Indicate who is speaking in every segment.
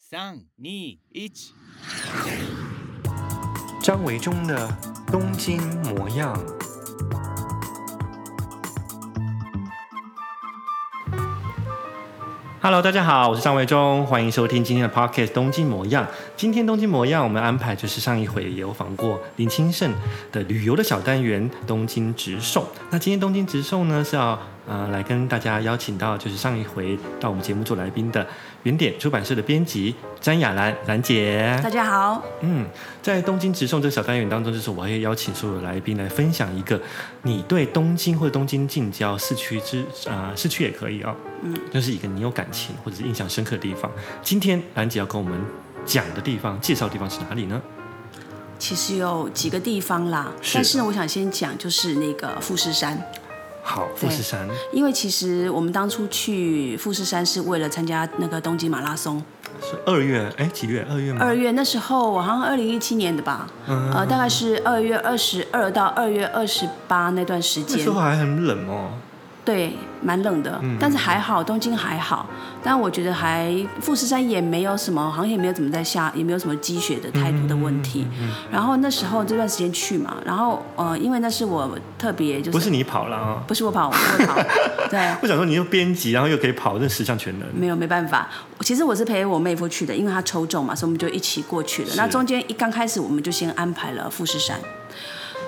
Speaker 1: 三、二、一。
Speaker 2: 张维中的《东京模样》。
Speaker 3: Hello，大家好，我是张维忠，欢迎收听今天的 Podcast《东京模样》。今天《东京模样》，我们安排就是上一回也有访过林清盛的旅游的小单元《东京直送》。那今天《东京直送》呢，是要呃来跟大家邀请到就是上一回到我们节目做来宾的原点出版社的编辑詹雅兰兰姐。
Speaker 4: 大家好，
Speaker 3: 嗯，在东京直送这个小单元当中，就是我会邀请所有来宾来分享一个你对东京或者东京近郊市区之啊、市区也可以哦，嗯，就是一个你有感情或者是印象深刻的地方。今天兰姐要跟我们讲的地方、介绍的地方是哪里呢？
Speaker 4: 其实有几个地方啦，
Speaker 3: 是
Speaker 4: 但是呢，我想先讲就是那个富士山，
Speaker 3: 好，富士山
Speaker 4: 因为其实我们当初去富士山是为了参加那个东京马拉松，
Speaker 3: 是二月，哎，几月？二月吗？
Speaker 4: 二月那时候我好像二零一七年的吧，
Speaker 3: 嗯
Speaker 4: 呃，大概是二月二十二到二月二十八那段时
Speaker 3: 那
Speaker 4: 间
Speaker 3: 时，候还很冷哦。
Speaker 4: 对，蛮冷的，
Speaker 3: 嗯
Speaker 4: 但是还好，东京还好，但我觉得还富士山也没有什么，好像也没有怎么在下，也没有什么积雪的太多的问题。
Speaker 3: 嗯
Speaker 4: 然后那时候这段时间去嘛，然后呃，因为那是我特别就是
Speaker 3: 不是你跑了啊、
Speaker 4: 不是我跑，我不会 跑，对。
Speaker 3: 我想说，你又编辑，然后又可以跑，这十项全能。
Speaker 4: 没有，没办法。其实我是陪我妹夫去的，因为她抽中嘛，所以我们就一起过去了。那中间一刚开始，我们就先安排了富士山。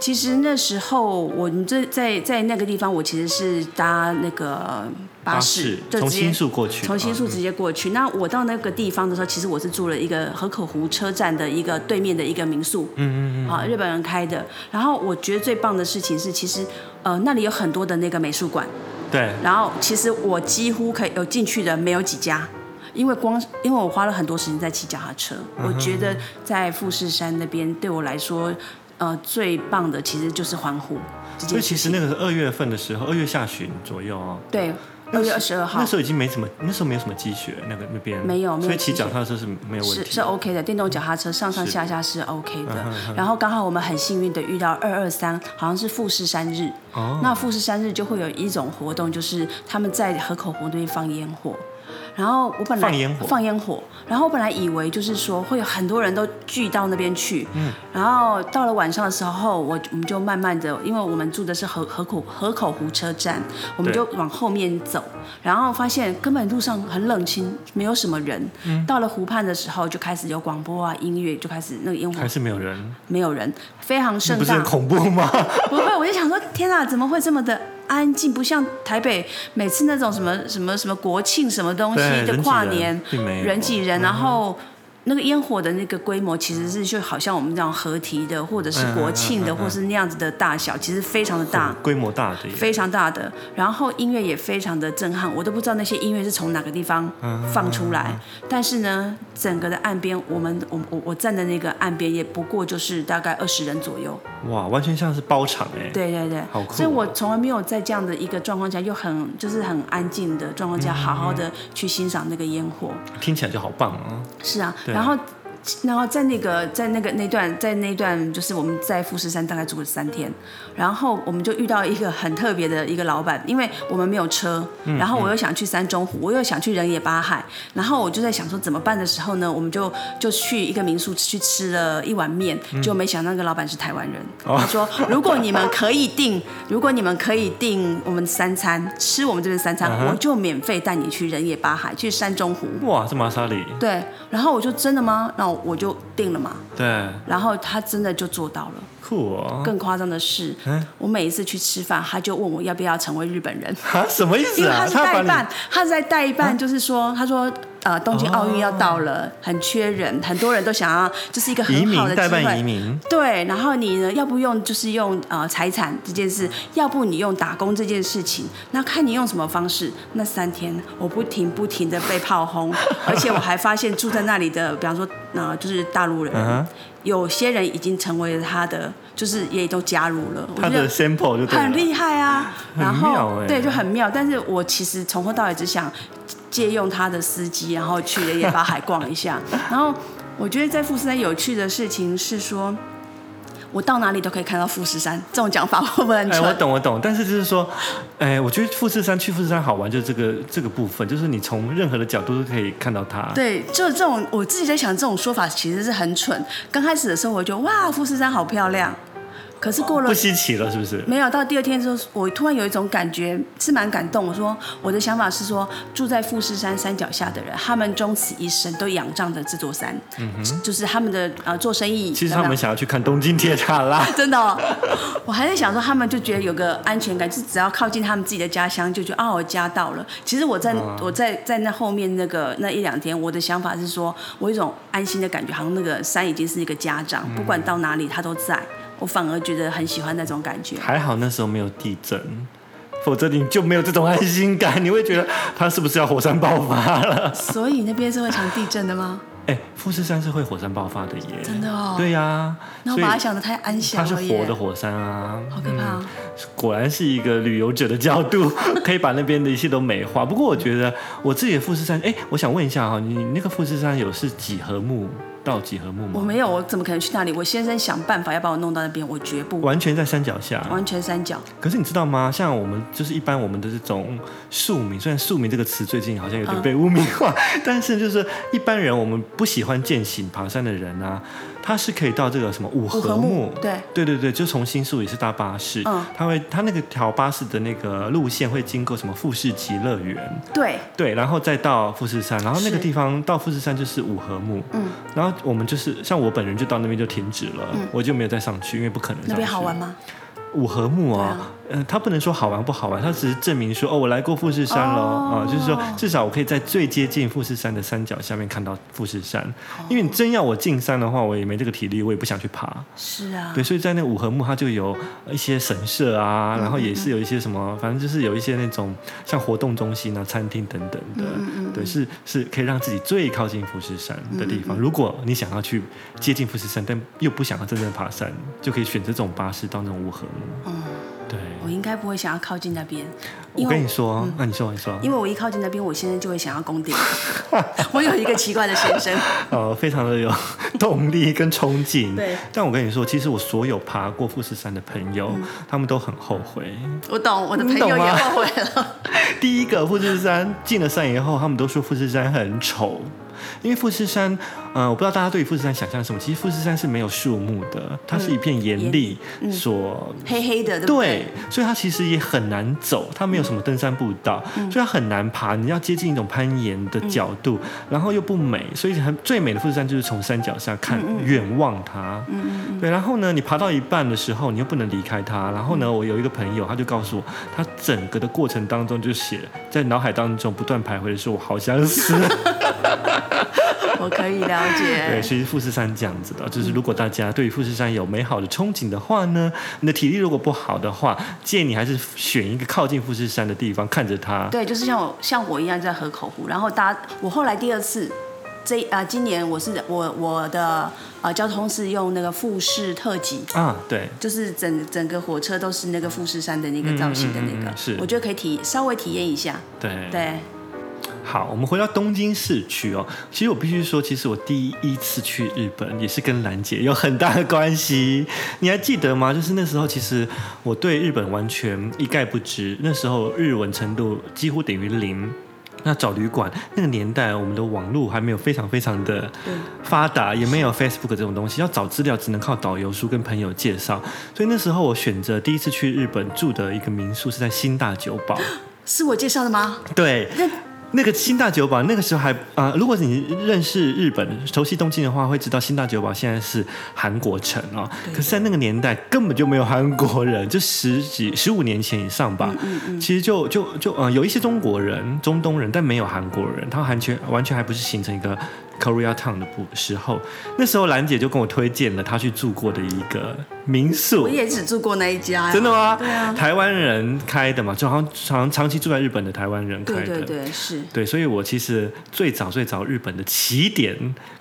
Speaker 4: 其实那时候我们这在在那个地方，我其实是搭那个巴士，就
Speaker 3: 从
Speaker 4: 直接
Speaker 3: 新宿过去，
Speaker 4: 从新宿直接过去。那我到那个地方的时候，其实我是住了一个河口湖车站的一个对面的一个民宿，嗯嗯嗯，啊，日本人开的。然后我觉得最棒的事情是，其实呃那里有很多的那个美术馆，
Speaker 3: 嗯对，
Speaker 4: 然后其实我几乎可以有进去的没有几家，因为光因为我花了很多时间在骑脚踏车，
Speaker 3: 嗯
Speaker 4: 我觉得在富士山那边对我来说，呃，最棒的其实就是环湖这
Speaker 3: 所
Speaker 4: 件
Speaker 3: 以
Speaker 4: 事
Speaker 3: 其实那个是二月份的时候，二月下旬左右哦。
Speaker 4: 对，二月二十二号
Speaker 3: 那时候已经没什么，那时候没有什么积雪，那个那边
Speaker 4: 没有没有
Speaker 3: 所以骑
Speaker 4: 积雪
Speaker 3: 脚踏车是没有问
Speaker 4: 是
Speaker 3: 题。嗯
Speaker 4: 是 OK 的，电动脚踏车上上下下是 OK 的。然后刚好我们很幸运的遇到二二三，好像是富士山日。
Speaker 3: 哦
Speaker 4: 那富士山日就会有一种活动，就是他们在河口湖那边放烟火。然后我本来
Speaker 3: 放烟火
Speaker 4: 放烟火，然后我本来以为就是说会有很多人都聚到那边去，嗯，然后到了晚上的时候，我我们就慢慢的，因为我们住的是河河口河口湖车站，我们
Speaker 3: 对
Speaker 4: 就往后面走，然后发现根本路上很冷清，没有什么人。
Speaker 3: 嗯
Speaker 4: 到了湖畔的时候，就开始有广播啊，音乐就开始那个烟火
Speaker 3: 还是没有人，
Speaker 4: 没有人，非常盛
Speaker 3: 不是
Speaker 4: 大
Speaker 3: 很。恐怖吗？
Speaker 4: 不会，我就想说，天哪，怎么会这么的安静？不像台北每次那种什么什么什么国庆什么东
Speaker 3: 对
Speaker 4: 西的
Speaker 3: 人挤
Speaker 4: 跨
Speaker 3: 人
Speaker 4: 年
Speaker 3: 并没有嗯
Speaker 4: 人挤人，然后。那个烟火的那个规模，其实是就好像我们这样合体的，或者是国庆的，
Speaker 3: 嗯
Speaker 4: 或是那样子的大小，其实非常的大。
Speaker 3: 规模大的耶，
Speaker 4: 非常大的，然后音乐也非常的震撼，我都不知道那些音乐是从哪个地方
Speaker 3: 嗯
Speaker 4: 放出来。但是呢，整个的岸边，我们我我我站的那个岸边也不过就是大概二十人左右。
Speaker 3: 哇，完全像是包场哎。，
Speaker 4: 对对对，
Speaker 3: 好酷哦
Speaker 4: 所以我从来没有在这样的一个状况下，又很就是很安静的状况
Speaker 3: 嗯
Speaker 4: 下，好好的去欣赏那个烟火。
Speaker 3: 听起来就好棒哦。
Speaker 4: 是啊，然后。然后在那个在那个那段在那段就是我们在富士山大概住了三天，然后我们就遇到一个很特别的一个老板，因为我们没有车，然后我又想去山中湖，我又想去人野八海，然后我就在想说怎么办的时候呢，我们就就去一个民宿去吃了一碗面，就没想到那个老板是台湾人，他说如果你们可以订， 如果你们可以订我们三餐吃我们这边三餐，我就免费带你去人野八海，去山中湖。
Speaker 3: 哇，这玛莎里，
Speaker 4: 对，然后我就真的吗？那我就定了嘛。
Speaker 3: 对，
Speaker 4: 然后他真的就做到了。
Speaker 3: 酷哦。嗯
Speaker 4: 更夸张的是，我每一次去吃饭，他就问我要不要成为日本 人，
Speaker 3: 啊，什么意
Speaker 4: 因
Speaker 3: 思
Speaker 4: 为
Speaker 3: 啊？
Speaker 4: 他是代
Speaker 3: 要把
Speaker 4: 办
Speaker 3: 你，嗯
Speaker 4: 他是在代办，就是说，他说。呃，东京奥运
Speaker 3: 哦
Speaker 4: 要到了，很缺人，很多人都想要，这是一个
Speaker 3: 移
Speaker 4: 很好的
Speaker 3: 民代
Speaker 4: 机
Speaker 3: 办移
Speaker 4: 会。
Speaker 3: 民，
Speaker 4: 对，然后你呢，要不用就是用呃财产这件事，要不你用打工这件事情，那看你用什么方式。那三天我不停不停的被 炮轰，而且我还发现住在那里的，比方说呃就是大陆人，
Speaker 3: 嗯哼
Speaker 4: 有些人已经成为了他的，就是也都加入了，我
Speaker 3: 他
Speaker 4: 觉
Speaker 3: 的
Speaker 4: 得
Speaker 3: sample 就对了
Speaker 4: 很厉害啊。然
Speaker 3: 妙
Speaker 4: 后、
Speaker 3: 欸
Speaker 4: 对就很妙，但是我其实从头到尾只想借用他的司机，然后去了也 把海逛一下。然后我觉得在富士山有趣的事情是说。我到哪里都可以看到富士山，这种讲法会不会
Speaker 3: 哎，
Speaker 4: 很蠢？
Speaker 3: 我懂我懂，但是就是说，哎，我觉得富士山去富士山好玩，就是这个这个部分，就是你从任何的角度都可以看到它。
Speaker 4: 对，就这种我自己在想，这种说法其实是很蠢。刚开始的时候，我就哇，富士山好漂亮，可是过了
Speaker 3: 不稀奇了，是不是？
Speaker 4: 没有到第二天之后，我突然有一种感觉是蛮感动。我说我的想法是说，住在富士山山脚下的人，他们终此一生都仰仗着这座山，就是他们的呃做生意。
Speaker 3: 嗯其实他们想要去看东京铁塔啦。
Speaker 4: 真的哦、我还在想说，他们就觉得有个安全感，就只要靠近他们自己的家乡，就觉得啊，我家到了。其实我在、
Speaker 3: 嗯
Speaker 4: 我在在那后面那个那一两天，我的想法是说，我有一种安心的感觉，好像那个山已经是一个家长，不
Speaker 3: 嗯
Speaker 4: 管到哪里他都在。我反而觉得很喜欢那种感觉。
Speaker 3: 还好那时候没有地震，否则你就没有这种安心感，你会觉得它是不是要火山爆发了？
Speaker 4: 所以那边是会常地震的吗？
Speaker 3: 哎，富士山是会火山爆发的耶，
Speaker 4: 真的哦
Speaker 3: 对呀、所
Speaker 4: 然后
Speaker 3: 以
Speaker 4: 把它想的太安详
Speaker 3: 它是
Speaker 4: 了耶，
Speaker 3: 活的火山啊，
Speaker 4: 好可怕、哦
Speaker 3: 果然是一个旅游者的角 度，可以把那边的一切都美化。不过我觉得我自己的富士山，哎，我想问一下哈、你你那个富士山有是几何木到几何木
Speaker 4: 我
Speaker 3: 吗？
Speaker 4: 没有，我怎么可能去那里？我先生想办法要把我弄到那边，我绝不
Speaker 3: 完全在山脚下，
Speaker 4: 完全三角。
Speaker 3: 可是你知道吗？像我们就是一般我们的这种庶民，虽然“庶民”这个词最近好像有点
Speaker 4: 嗯
Speaker 3: 被污名化， 但是就是一般人我们不喜欢践行爬山的人啊，他是可以到这个什么五
Speaker 4: 合
Speaker 3: 合
Speaker 4: 目
Speaker 3: 目，
Speaker 4: 对
Speaker 3: 对对对，就从新宿也是搭巴士，
Speaker 4: 嗯
Speaker 3: 他会他那个条巴士的那个路线会经过什么富士急乐园，
Speaker 4: 对，
Speaker 3: 对，然后再到富士山，然后那个
Speaker 4: 是
Speaker 3: 地方到富士山就是五合目，
Speaker 4: 嗯，
Speaker 3: 然后我们就是像我本人就到那边就停止了，我就没有再上去，因为不可能上去。
Speaker 4: 那边好玩吗？
Speaker 3: 五合目
Speaker 4: 对
Speaker 3: 哦
Speaker 4: 啊，
Speaker 3: 嗯、他不能说好玩不好玩，他只是证明说哦，我来过富士山喽，
Speaker 4: 哦
Speaker 3: 啊、就是说至少我可以在最接近富士山的山脚下面看到富士山，
Speaker 4: 哦
Speaker 3: 因为你真要我进山的话，我也没这个体力，我也不想去爬。
Speaker 4: 是啊
Speaker 3: 对，，所以在那五合目，它就有一些神社啊，然后也是有一些什么，反正就是有一些那种像活动中心啊、餐厅等等
Speaker 4: 嗯
Speaker 3: 的，对，是是可以让自己最靠近富士山的地
Speaker 4: 嗯
Speaker 3: 方。如果你想要去接近富士山，但又不想要真正爬山，就可以选择这种巴士到那种五合目。
Speaker 4: 嗯，
Speaker 3: 对，
Speaker 4: 我应该不会想要靠近那边，因
Speaker 3: 我跟
Speaker 4: 为嗯
Speaker 3: 你说，那、你说，你说，
Speaker 4: 因为我一靠近那边，我先生就会想要攻顶。 我有一个奇怪的先生，
Speaker 3: 呃，非常的 有动力跟冲劲。
Speaker 4: 对
Speaker 3: 但我跟你说，其实我所有爬过富士山的朋友，
Speaker 4: 嗯
Speaker 3: 他们都很后悔。
Speaker 4: 我懂，我的朋
Speaker 3: 你懂
Speaker 4: 友也
Speaker 3: 吗
Speaker 4: 后悔了。
Speaker 3: 第一个富士山进了山以后，他们都说富士山很丑，因为富士山，呃，我不知道大家对于富士山想象什么。其实富士山是没有树木的，它是一片
Speaker 4: 岩
Speaker 3: 岩地所。
Speaker 4: 黑黑的，对不
Speaker 3: 对，所以它其实也很难走，它没有什么登山步道，
Speaker 4: 嗯
Speaker 3: 所以它很难爬。你要接近一种攀岩的角度，然后又不美，所以很最美的富士山就是从山脚下
Speaker 4: 嗯
Speaker 3: 看，远望它。对，然后呢，你爬到一半的时候，你又不能离开它。然后呢，
Speaker 4: 嗯
Speaker 3: 我有一个朋友，他就告诉我，他整个的过程当中就写在脑海当中不断徘徊的时候，我好想死。
Speaker 4: 我可以了
Speaker 3: 对，
Speaker 4: 解。
Speaker 3: 其实富士山这样子的，就是如果大家对于富士山有美好的憧憬的话呢，你的体力如果不好的话，建议你还是选一个靠近富士山的地方，看着它。
Speaker 4: 对，就是像我像我一样在河口湖，然后搭我后来第二次。这啊、呃今年我是我我的呃交通是用那个富士特级，
Speaker 3: 啊，对，
Speaker 4: 就是整整个火车都是那个富士山的那个造型的那个，
Speaker 3: 嗯嗯嗯嗯是嗯
Speaker 4: 我觉得可以体稍微体验一下。
Speaker 3: 对，
Speaker 4: 对，
Speaker 3: 好，我们回到东京市区哦。其实我必须说，其实我第一次去日本也是跟兰姐有很大的关系。你还记得吗？就是那时候，其实我对日本完全一概不知，那时候日文程度几乎等于零。那找旅馆，那个年代我们的网络还没有非常非常的发达，也没有 Facebook 这种东西，要找资料只能靠导游书跟朋友介绍。所以那时候我选择第一次去日本住的一个民宿是在新大久保。
Speaker 4: 是我介绍的吗？
Speaker 3: 对
Speaker 4: 那，
Speaker 3: 那个新大久保那个时候还啊、呃如果你认识日本、熟悉东京的话，会知道新大久保现在是韩国城哦。可是，在那个年代根本就没有韩国人，就十几、十五年前以上吧。
Speaker 4: 嗯
Speaker 3: 其实就就就呃，有一些中国人、中东人，但没有韩国人，他完全完全还不是形成一个 Korea Town 的部时候。那时候兰姐就跟我推荐了她去住过的一个民宿，
Speaker 4: 我也只住过那一家呀。
Speaker 3: 真的吗？
Speaker 4: 对啊
Speaker 3: 台湾人开的嘛，就好像长长期住在日本的台湾人开
Speaker 4: 对
Speaker 3: 的。
Speaker 4: 对对，是
Speaker 3: 对，所以我其实最早最早日本的起点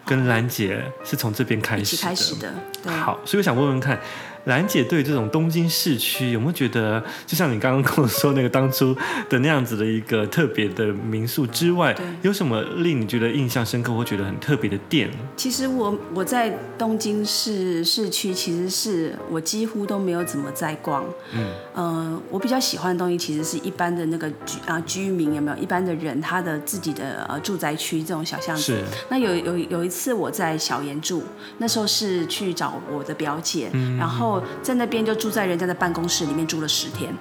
Speaker 3: 跟兰姐是从这边开
Speaker 4: 哦一起
Speaker 3: 始的。
Speaker 4: 开始的。对，
Speaker 3: 好，所以我想问问看，兰姐对这种东京市区有没有觉得，就像你刚刚跟我说那个当初的那样子的一个特别的民宿之外，有什么令你觉得印象深刻或觉得很特别的店？
Speaker 4: 其实我我在东京市市区，其实是我几乎都没有怎么在逛。嗯，呃，我比较喜欢的东西其实是一般的那个居啊居民有没有一般的人他的自己的呃住宅区这种小巷子
Speaker 3: 是。
Speaker 4: 那有有有一次我在小岩住，那时候是去找我的表姐，然后在那边就住在人家的办公室里面住了十天。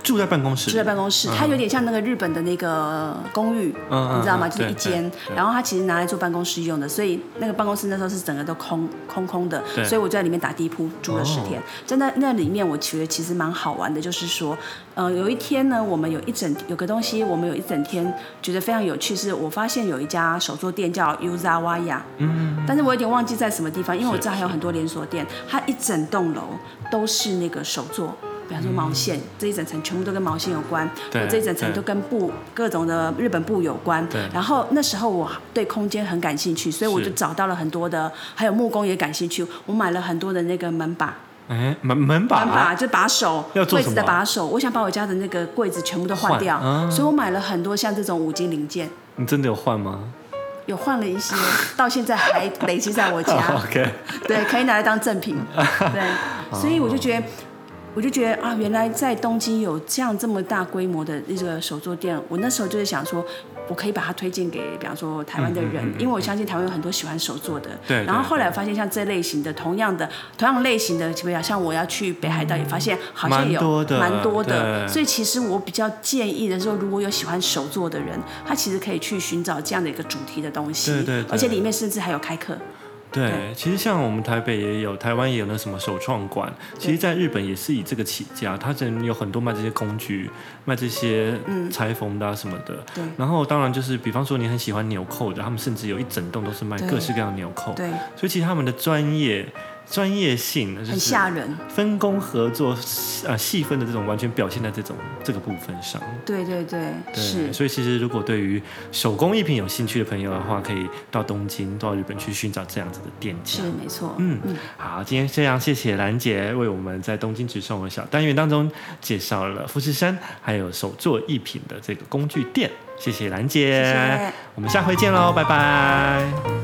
Speaker 3: 住在办公室，嗯
Speaker 4: 住在办公室，它有点像那个日本的那个公寓，
Speaker 3: 嗯嗯
Speaker 4: 你知道吗？
Speaker 3: 嗯
Speaker 4: 就是一间
Speaker 3: 对对，
Speaker 4: 然后它其实拿来做办公室用的，所以那个办公室那时候是整个都空空空的
Speaker 3: 对，
Speaker 4: 所以我就在里面打地铺住了十天。在那那里面，我觉得其实蛮好玩的，就是说，呃，有一天呢，我们有一整有个东西，我们有一整天觉得非常有趣，是我发现有一家手作店叫 Uzawaya，嗯，但是我有点忘记在什么地方，因为我知道还有很多连锁店，它一整栋楼都是那个手作。比方说毛线，这一整层全部都跟毛线有关，
Speaker 3: 嗯对
Speaker 4: 我这一整层
Speaker 3: 对
Speaker 4: 都跟布各种的日本布有关
Speaker 3: 对。
Speaker 4: 然后那时候我对空间很感兴趣，所以我
Speaker 3: 是
Speaker 4: 就找到了很多的，还有木工也感兴趣，我买了很多的那个门把。
Speaker 3: 哎，门门把，
Speaker 4: 门把就把手
Speaker 3: 要，做
Speaker 4: 柜
Speaker 3: 什么
Speaker 4: 子的把手，我想把我家的那个柜子全部都换
Speaker 3: 换
Speaker 4: 掉，
Speaker 3: 啊
Speaker 4: 所以我买了很多像这种五金零件，
Speaker 3: 你真的有换吗
Speaker 4: 有换了 一些，到现在还累积在我家。
Speaker 3: ？OK，
Speaker 4: 对，可以拿来当赠 品。
Speaker 3: 哦
Speaker 4: 对，所以我就觉得，我就觉得啊，原来在东京有这样这么大规模的那个手作店，我那时候就是想说。我可以把它推荐给，比方说台湾的
Speaker 3: 嗯
Speaker 4: 人，因为我相信台湾有很多喜欢手作的。
Speaker 3: 对对
Speaker 4: 然后后来我发现，像这类型的，同样的，同样类型的，比如像我要去北海道，也发现好像有
Speaker 3: 蛮多的
Speaker 4: 蛮多的。
Speaker 3: 对
Speaker 4: 所以其实我比较建议的是说，如果有喜欢手作的人，他其实可以去寻找这样的一个主题的东西。
Speaker 3: 对对对
Speaker 4: 而且里面甚至还有开课。
Speaker 3: 对
Speaker 4: 对，
Speaker 3: 其实像我们台北也有，台湾也有那什么手创馆，其实在日本也是以这个起家，它真的有很多卖这些工具，卖这些
Speaker 4: 嗯
Speaker 3: 裁缝的啊什么的。
Speaker 4: 对
Speaker 3: 然后当然就是，比方说你很喜欢纽扣的，他们甚至有一整栋都是卖
Speaker 4: 对
Speaker 3: 各式各样的纽扣。
Speaker 4: 对，
Speaker 3: 所以其实他们的专业专业性就是
Speaker 4: 很吓人。
Speaker 3: 分工合作啊细分的这种完全表现在这种这个部分上。
Speaker 4: 对对对，
Speaker 3: 对
Speaker 4: 是。
Speaker 3: 所以其实如果对于手工艺品有兴趣的朋友的话，可以到东京、到日本去寻找这样子的店家。
Speaker 4: 是没错，
Speaker 3: 嗯，好，今天非常谢谢兰姐为我们在东京直送的小单元当中介绍了富士山还有手作艺品的这个工具店，谢谢兰姐，
Speaker 4: 谢谢
Speaker 3: 我们下回见喽，拜拜。